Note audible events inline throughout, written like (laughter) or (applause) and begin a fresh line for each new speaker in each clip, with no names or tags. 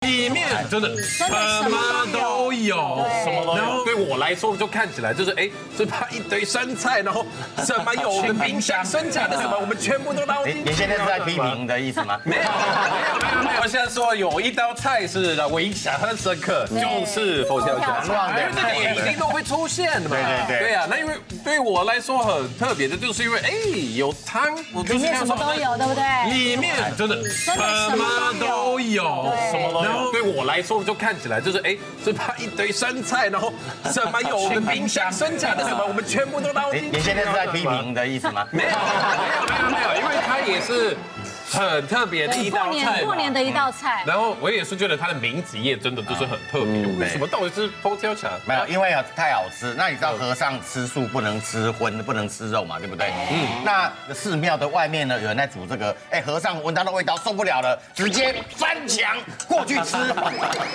里面真的
真的
什
什么
么都有，
什
哎
么
然后对我来说就看起来就是哎，这把一堆生菜，然后什么有我们冰箱生产的什么，我们全部都捞进
你
去。
你现在是在批评的意思吗？
没有？没有没有没有，我现在说有一道菜是我印象很深刻，就是佛跳墙。
难忘
因为
的
这哎个眼睛都会出现的嘛。
对对对
对啊，那因为对我来说很特别的，就是因为哎有汤，我
里面什么都有，对不对？
里面真的什
真的什
么
么
都
都
有，
什么
都有。然后对我来说就看起来就是哎，这把一堆生菜，然后什么有我们冰箱生产的什么，我们全部都捞
你
进去。
你现在是在批评的意思吗？
没有？没有没有没有，因为它也是很特别的一
对
道
过
菜嘛
年过年的一道菜，
然后我也是觉得它的名字也真的就是很特别，
嗯
为什么到底是佛跳墙？
没有，因为啊太好吃。那你知道和尚吃素不能吃荤，不能吃肉嘛，对不对？嗯。那寺庙的外面呢，有人在煮这个，哎，和尚闻到那味道受不了了，直接翻墙过去吃。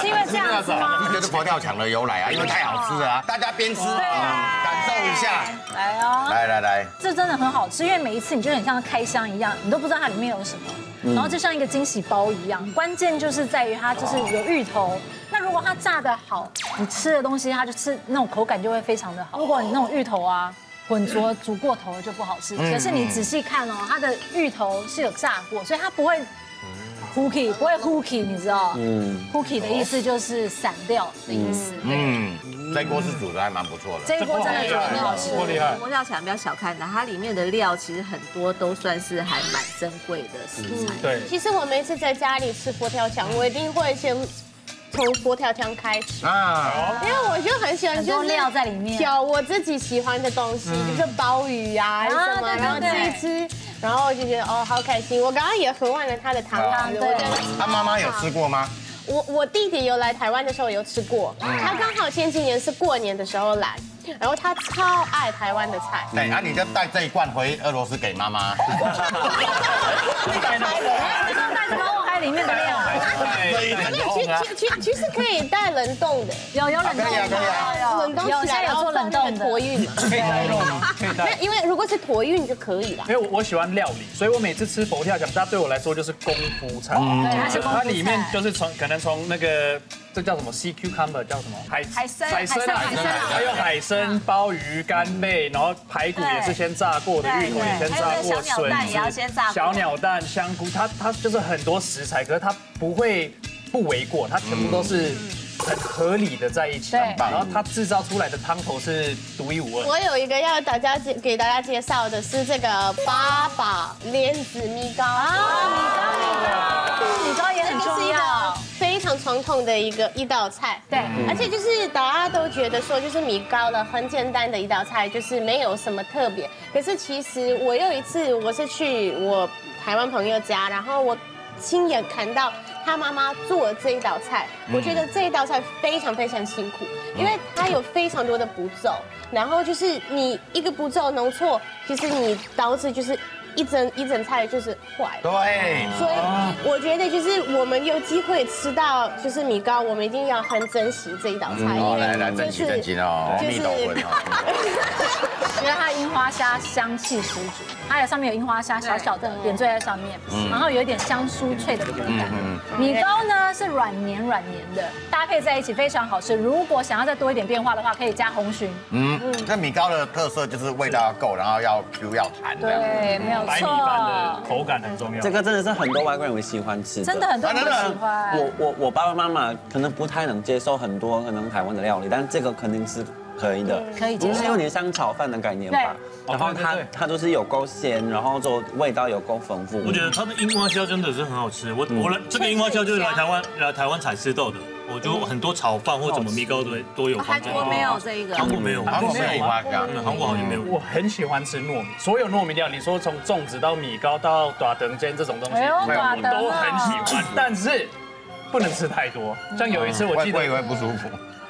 是因为这样子吗哦
这？就是佛跳墙的由来啊，因为太好吃了啊，大家边吃
啊
嗯感受一下。
来哦，
来来来，
这真的很好吃，因为每一次你就很像开箱一样，你都不知道它里面有什
嗯
么，然后就像一个惊喜包一样。关键就是在于它就是有芋头。那如果它炸得好，你吃的东西它就吃那种口感就会非常的好。如果你那种芋头啊。混浊煮过头了就不好吃，
嗯
可是你仔细看哦，它的芋头是有炸过，所以它不会
嗯
hooky，不会 hooky，你知道？嗯，hooky 的意思就是散掉的意思。
嗯，这锅是煮的还蛮不错的。
这一锅真的是很好吃，
佛跳墙不要小看它，它里面的料其实很多都算是还蛮珍贵的食材。
对
其实我每次在家里吃佛跳墙，我一定会先从佛跳墙开始，
啊，
因为我就很喜欢
哦很
就
多
是
料在里面。
挑我自己喜欢的东西，就是鲍鱼啊还是什么，
啊对对
然后吃一吃，然后我就觉得哦好开心。我刚刚也喝完了他的汤
汤
圆，我觉得
他妈妈有吃过吗？
我我弟弟有来台湾的时候有吃过，
嗯
他刚好前几年是过年的时候来，然后他超爱台湾的菜。
对，啊，你就带这一罐回俄罗斯给妈妈。
哎，就带着脑海里面的料，
这一点
没有，
痛啊！
其其其其实可以带冷冻的，
有有冷冻
可以啊可以啊
的，
冷冻
有现
起
在有
来然后
做冷冻
放那个
的
陀。运嘛。
可以带肉吗？可以带
那。因为如果是陀运就可以了。
因为我我喜欢料理，所以我每次吃佛跳墙，它对我来说就是功夫菜。
对它是功夫菜
它里面就是从可能从那个这叫什么 sea cucumber 叫什么海
海参
海参
海参海参
还有海参、鲍鱼、干贝，然后排骨也是先炸过的，
对
芋头也先炸
对还有那
过，
个小鸟蛋也要先炸过
小鸟蛋、香菇，它它就是很多食材，可是它不会不为过，它全部都是很合理的在一起，
对
很棒然后它制造出来的汤头是独一无二的。
我有一个要大家介给大家介绍的是这个八宝莲子米糕啊，
米糕也很
这是
重
一
要
个，非常传统的一个一道菜。
对，
而且就是大家都觉得说，就是米糕了，很简单的一道菜，就是没有什么特别。可是其实我有一次，我是去我台湾朋友家，然后我亲眼看到他妈妈做这一道菜，我觉得这一道菜非常非常辛苦，因为它有非常多的步骤，然后就是你一个步骤弄错，其实你刀子就是一整一整菜就是坏了。
对，
所以我觉得就是我们有机会吃到就是米糕，我们一定要很珍惜这一道菜，
哦，来来，珍惜珍惜哦，
就是
蜜豆粉
(laughs)
哦。
因为它的樱花虾香气十足，它有上面有樱花虾小小的点缀在上面，然后有一点香酥脆的口感。米糕呢是软绵软绵的，搭配在一起非常好吃。如果想要再多一点变化的话，可以加红鲟。
嗯，这米糕的特色就是味道要够，然后要 Q 要弹这样。
对，没有
白米
错
饭，的口感很重要。
这个真的是很多外国人会喜欢吃的，
真的很多人
啊那个
喜欢。
我我我爸爸妈妈可能不太能接受很多可能台湾的料理，但这个肯定是可以
嗯
的，
可以接受
就是有点像炒饭的概念吧。
对
然后
哦
它
对对对
它就是有够鲜，然后就味道有够丰富。
我觉得它的樱花虾真的是很好吃，
嗯
我我来这个樱花虾就是来台湾来台湾才吃到的，我就很多炒饭或怎么米糕都都有放
韩
在
哦
国
里
没
面。
有这一个，
韩国没有，
韩国没有樱花糕，
嗯韩国好像没有。
我很喜欢吃糯米，所有糯米料，你说从粽子到米糕到短等煎这种东西，
哎呦
我
短等哦
都很喜欢，但是不能吃太多。像
嗯
有一次我记
会
得
会，会不舒服。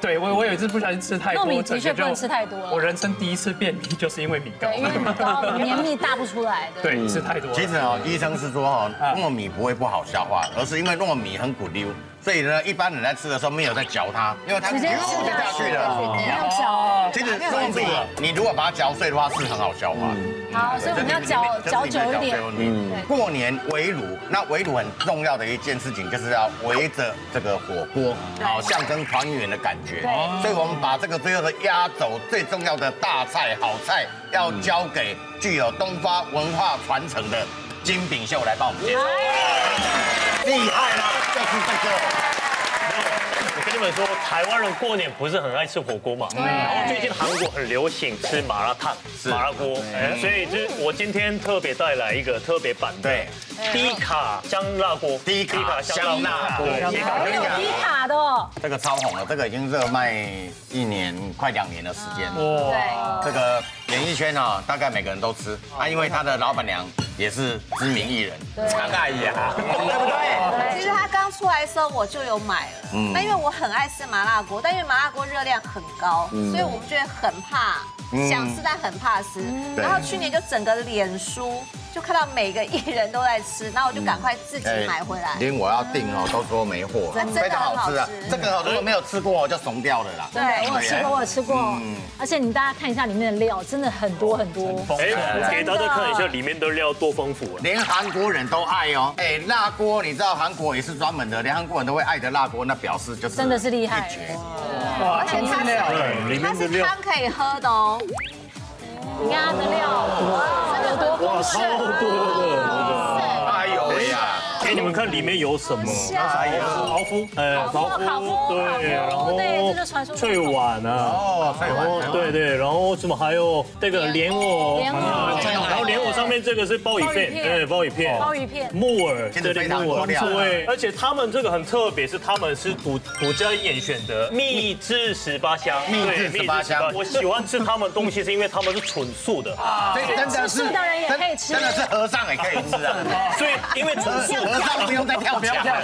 对我我有一次不小心吃太多，
糯米
整
的
个
确不能
就
吃太多了
我人生第一次便秘就是因为米糕
对，，因为米糕绵密大不出来的。
(laughs) 对吃太多了。
其实哦，医生是说哦，糯米不会不好消化，而是因为糯米很骨溜，所以呢，一般人在吃的时候没有在嚼它，因为它
直接吃
就下去了。
没有嚼。
哦
嗯
其实糯米，你如果把它嚼碎的话，是很好消化的。
好，所以我们要搅搅久一点。
嗯，过年围炉，那围炉很重要的一件事情就是要围着这个火锅，好象征团圆的感觉。所以我们把这个最后的压轴最重要的大菜好菜，要交给具有东方文化传承的金炳秀来帮我们介绍。
哎
厉害啦，就是这个。
我跟你们说，台湾人过年不是很爱吃火锅嘛？然后最近韩国很流行吃麻辣烫、麻辣锅，哎所以就是我今天特别带来一个特别版的
对
低卡香辣锅，
低卡香辣锅
对低卡
还有低卡的哦，
这个超红了，这个已经热卖一年快两年的时间了。
对，
这个演艺圈啊，大概每个人都吃啊，因为他的老板娘也是知名艺人，常爱呀，对不对？
其实他刚出来的时候我就有买了，那因为我很爱吃麻辣锅，但因为麻辣锅热量很高，所以我们就会很怕，想吃但很怕吃。然后去年就整个脸书就看到每个艺人都在吃，然后我就赶快自己
哎
买回来。
连我要订哦，都说没货了，
真的
非常好吃啊
很好！吃
这个如果没有吃过就怂掉了啦。
对哎我有吃过，我有吃过，而且你大家看一下里面的料，真的很多很多。
哎，我给大家看一下里面的料多丰富啊！
连韩国人都爱哦，哎，辣锅你知道韩国也是专门的，连韩国人都会爱的辣锅，那表示就是
真的是厉害
一绝
而且它是它是汤可以喝的哦，
你看它的料，真的多丰盛。
哎呦喂呀！
给你们看里面有什么？
烤
老夫，哎，
夫
老夫
烤夫烤夫
对，然后
对这就传说中
脆碗啊，
哦，所以
然后
我
对对，然后什么还有这个莲藕，
莲藕
然后莲藕上面这个是鲍鱼片，对，鲍鱼片，
鲍鱼片
木耳，
现在
这
非
里
常
木
多
耳，
料
对，而且他们这个很特别，是他们是独独家严选的秘制十八香，
秘
对
制嗯十八香啊
秘制我喜欢吃他们东西是因为他们是纯
(laughs)
素的，
所以真的
吃素
是
的人也可以吃
真的是和尚也可以吃啊，
所以因为纯素
和尚不用再跳墙了。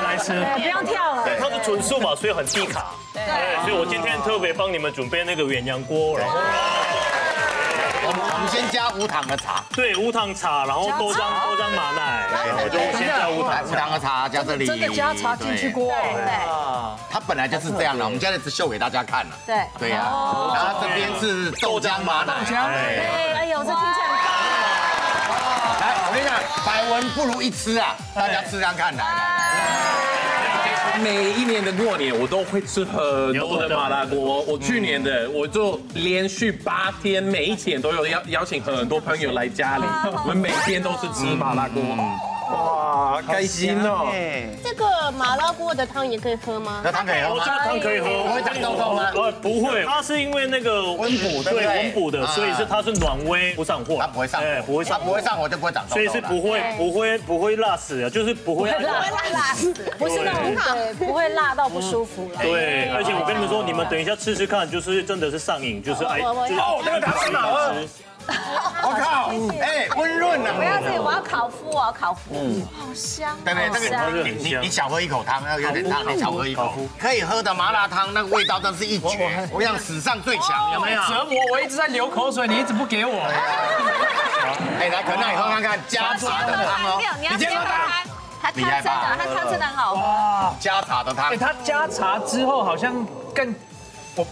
来吃。
对，不要跳了。
它是纯素嘛，所以很低卡。对，所以我今天特别帮你们准备那个鸳鸯锅，然后
我们我们先加无糖的茶，
对无糖茶，然后豆浆豆浆马奶，我就先加无糖
无糖的茶加这里，
真的只要茶进去锅，
对对
它本来就是这样的，我们现在只秀给大家看了。
对。
对呀，然后这边是豆浆马奶，
对，哎呦，这听起来很
来，我跟你讲，百闻不如一吃啊，大家吃看看，来来来，
每一年的过年，我都会吃很多的麻辣锅。我去年的，我就连续八天，每一天都有邀邀请很多朋友来家里，我们每天都是吃麻辣锅。
嗯
哇，开心哦！
这个麻辣锅的汤也可以喝吗？
那汤可以喝
哦，这个
吗？
汤可以喝，
不会长痘痘吗
呃，不会，它是因为那个
温补对不对
对温补的，所以是它是暖胃，不上火，
它不会上火，
哎不会上
它不会
火，
上火就不会长痘痘
所
了
以是不会不会不会辣死的，就是不
(laughs)
会
辣，不是那种对，不会辣到不舒服了。
对，而且我跟你们说，你们等一下吃吃看，就是真的是上瘾，就是爱，就是
哦那个打死哪啊
吃
我靠，哎，温润
我要
啊，
这个，我要烤麸，我要烤麸，好香。
对不对？这个你你你小喝一口汤，有点烫，你小喝一口，可以喝的麻辣汤，那个味道真是一绝，我想史上最强，有没有？
折磨我一直在流口水，你一直不给
(laughs)
我。
哎，来，可娜，你喝看看加茶的汤哦
没有，，你要
你先
先
喝
喝
汤，
它，它汤真的，它汤真的很好喝。
加茶的汤
哎，，它加茶之后好像更我。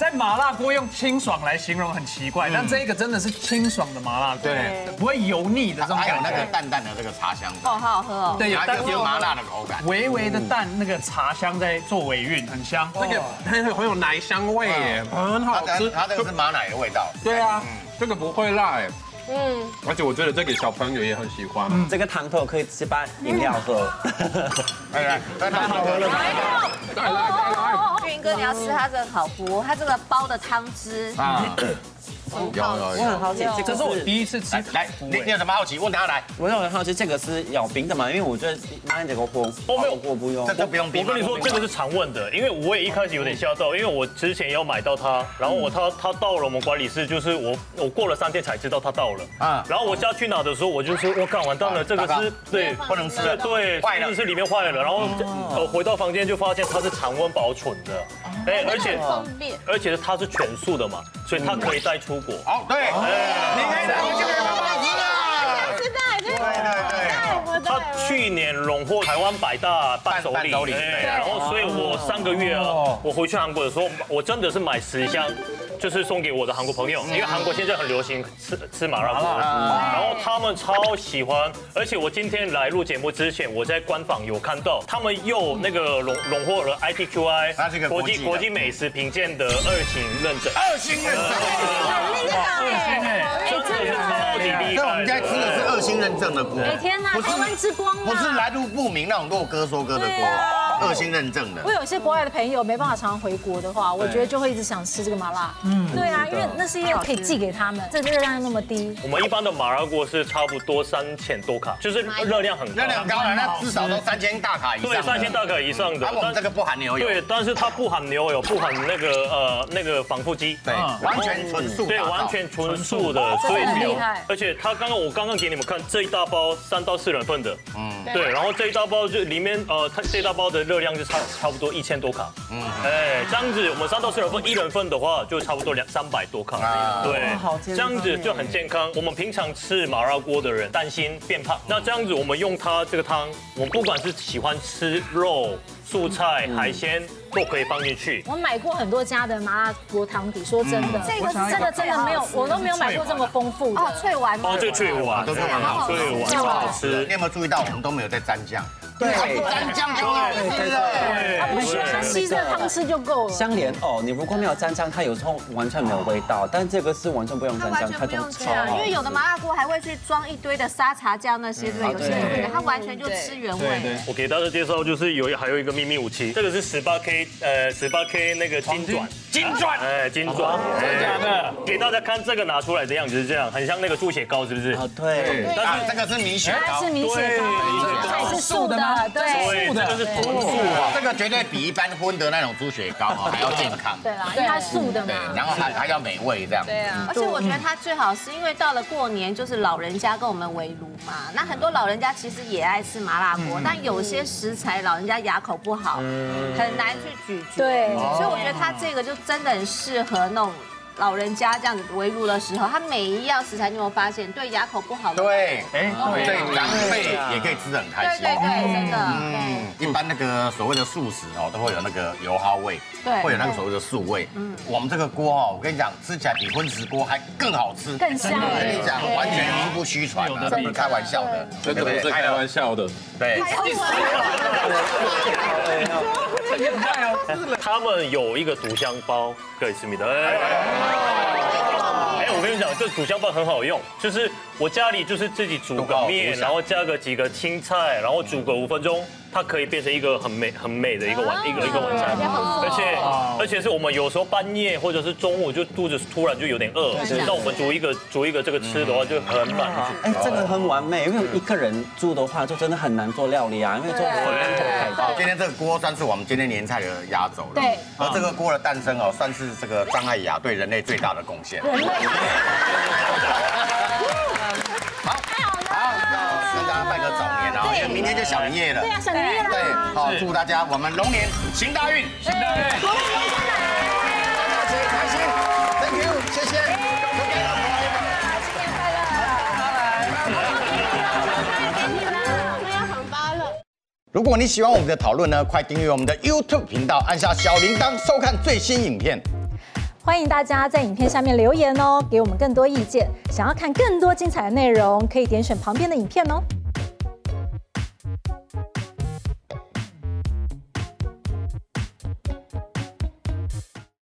在麻辣锅用清爽来形容很奇怪，但这个真的是清爽的麻辣锅，
嗯对，
不会油腻的这种
还有
感
那个
觉，
淡淡的这个茶香，
哦，好好喝哦。
对，有
然后
淡
又有麻辣的口感。
微微的淡那个茶香在做尾韵，很香。
哦
这个很有很有奶香味耶，很
它
好
的
吃。
嗯它这个是马奶的味道，
对啊，这个不会辣哎。嗯，而且我觉得这个小朋友也很喜欢。
嗯
嗯
这个汤头可以吃把饮料喝。
哎来，那它好喝了吗？
来来来来，
俊哥，你要吃它这个烤麸，它这个包的汤汁，
啊，有有有。
(laughs) 我很好
哎
奇，这
这
个
是我
是。
第一次吃
哎
来，来，你你有什么好奇？问他来，
我有很好奇，这个是咬冰的嘛？因为我觉得那这个火
哦没有
火不用
这。这不用
我
冰。
跟你说，这个是常问的，因为我也一开始有点吓到，因为我之前要买到它，然后我它它到了我们管理室，就是我我过了三天才知道它到了
啊
啊，然后我下去拿的时候，我就说我干完蛋了，这个是对
不能吃
对对，
坏了
是不是里面坏了，然后我回到房间就发现它是常温保存的，哎，而且而且它是全素的嘛，所以它可以带出国。
好，对，你可以拿回去给爸爸吃了。
知道，这个
对对对，
我懂。
他去年荣获台湾百大伴手
伴手礼
礼，哎
对
然后所以我上个月啊，我回去韩国的时候，我真的是买十箱，就是送给我的韩国朋友，因为韩国现在很流行吃吃麻辣锅，然后他们超喜欢，而且我今天来录节目之前，我在官网有看到他们又那个荣荣获了
它是一
ITQI
个国
国
际
际
的
国际美食评鉴的二星认证，
二星认证，那我们现在吃的
真的是超级厉害的。
是二星认证的锅，
哎天哪，
不是
台湾之光啊！
不是来路不明那种落哥说哥的锅
对啊，
二星认证的
我。有些国外的朋友没办法常常回国的话，我觉得就会一直想吃这个麻辣。嗯，对啊，因为那是因为可以寄给他们，这个热量那么低，
我们一般的麻辣锅是差不多三千多卡，就是热量很高
热，量高了，那至少都三千大卡以上。啊
对，三千大。卡以上的
而。我们这个不含牛油，
对，但是它不含牛油，不含那个呃那个防腐剂，
对，完全纯素。
啊对，完。全纯素的，所以
很
没
厉
有
害。
而且它刚刚我刚刚给你们看这一大包三到四人份的，嗯，对，然后这一大包就里面呃，它这一大包的热量就差差不多一千多卡，嗯，哎，这样子我们三到四人份一人份的话就差不多两三百多卡，对，这样子就很健康。我们平常吃麻辣锅的人担心变胖，那这样子我们用它这个汤，我们不管是喜欢吃肉、蔬菜、海鲜都可以放进去。
我买过很多家的麻辣锅汤底，说真的，
这个是
这个真的没有，我都没有买过这么丰富的。
哦，脆丸
哦，这个脆丸，
都是很好吃
脆丸超好
你
吃。
有没有注意到我们都没有在沾酱？
对
不沾酱就好吃了。
它不需要，它吸着汤吃就够了。
香莲藕，你如果没有蘸酱，它有时候完全没有味道，但这个是完全不用
它
蘸
完
酱，
全
它
不
就
用这
超
样，
好
因为有的麻辣锅还会去装一堆的沙茶酱那些，对，有些人会的，它完全就吃原味。
我给大家介绍，就是有一还有一个秘密武器，这个是十八 K，呃，十八 K 那个金砖，金砖，哎，金砖，真假的？给大家看这个拿出来的样子是这样，很像那个猪血糕，是不是？
啊，对，
啊，这个是米血
它
糕
是，米血糕，它也是素的，对
对，这个是纯素啊。
哦这个绝对比一般荤的那种猪血糕啊还要健康。
对啦，因为它是素的
对，
嘛。
然后还还要美味这样。
对啊，而且我觉得它最好是因为到了过年，就是老人家跟我们围炉嘛。那很多老人家其实也爱吃麻辣锅，但有些食材老人家牙口不好，很难去咀嚼。
对
哦
所以我觉得它这个就真的很适合那种老人家这样子围炉的时候，它每一样食材，你有没有发现对牙口不好的？
对，
哎，
哦
对，长辈也可以吃的很开
对
心。
对对，真的。
嗯，一般那个所谓的素食哦，都会有那个油耗味，
对
会有那个所谓的素味。嗯，我们这个锅哦，我跟你讲，吃起来比荤食锅还更好吃，
更香
我跟你讲，完全名不虚传啊，这不是开玩笑的，
真的不是
哎
开玩笑的。
对，
他们有一个竹香包，可以吃米的。哎，我跟你讲，这竹香包很好用，就是我家里就是自己煮个面，然后加个几个青菜，然后煮个五分钟，它可以变成一个很美很美的一个晚一个一个晚餐。嗯而且而且是我们有时候半夜或者是中午就肚子突然就有点饿，那我们煮一个煮一个这个吃的话就很满足。
哎，这个很完美，因为一个人住的话，就真的很难做料理啊，因为做火锅太
好，今天这个锅算是我们今天年菜的压轴了。
对，
而这个锅的诞生哦，算是这个张艾雅对人类最大的贡献。
人类
好，那跟大家拜个早年啊，因为明天就小年夜了
对。啊，小年夜
对
啦！，
好，祝大家我们龙年行大运，行大运，大家节日开心，Thank you，谢谢，都给老婆一把
我要红包了。
如果你喜欢我们的讨论呢，快订阅我们的 YouTube 频道，按下小铃铛收看最新影片。
欢迎大家在影片下面留言哦，给我们更多意见。想要看更多精彩的内容，可以点选旁边的影片哦。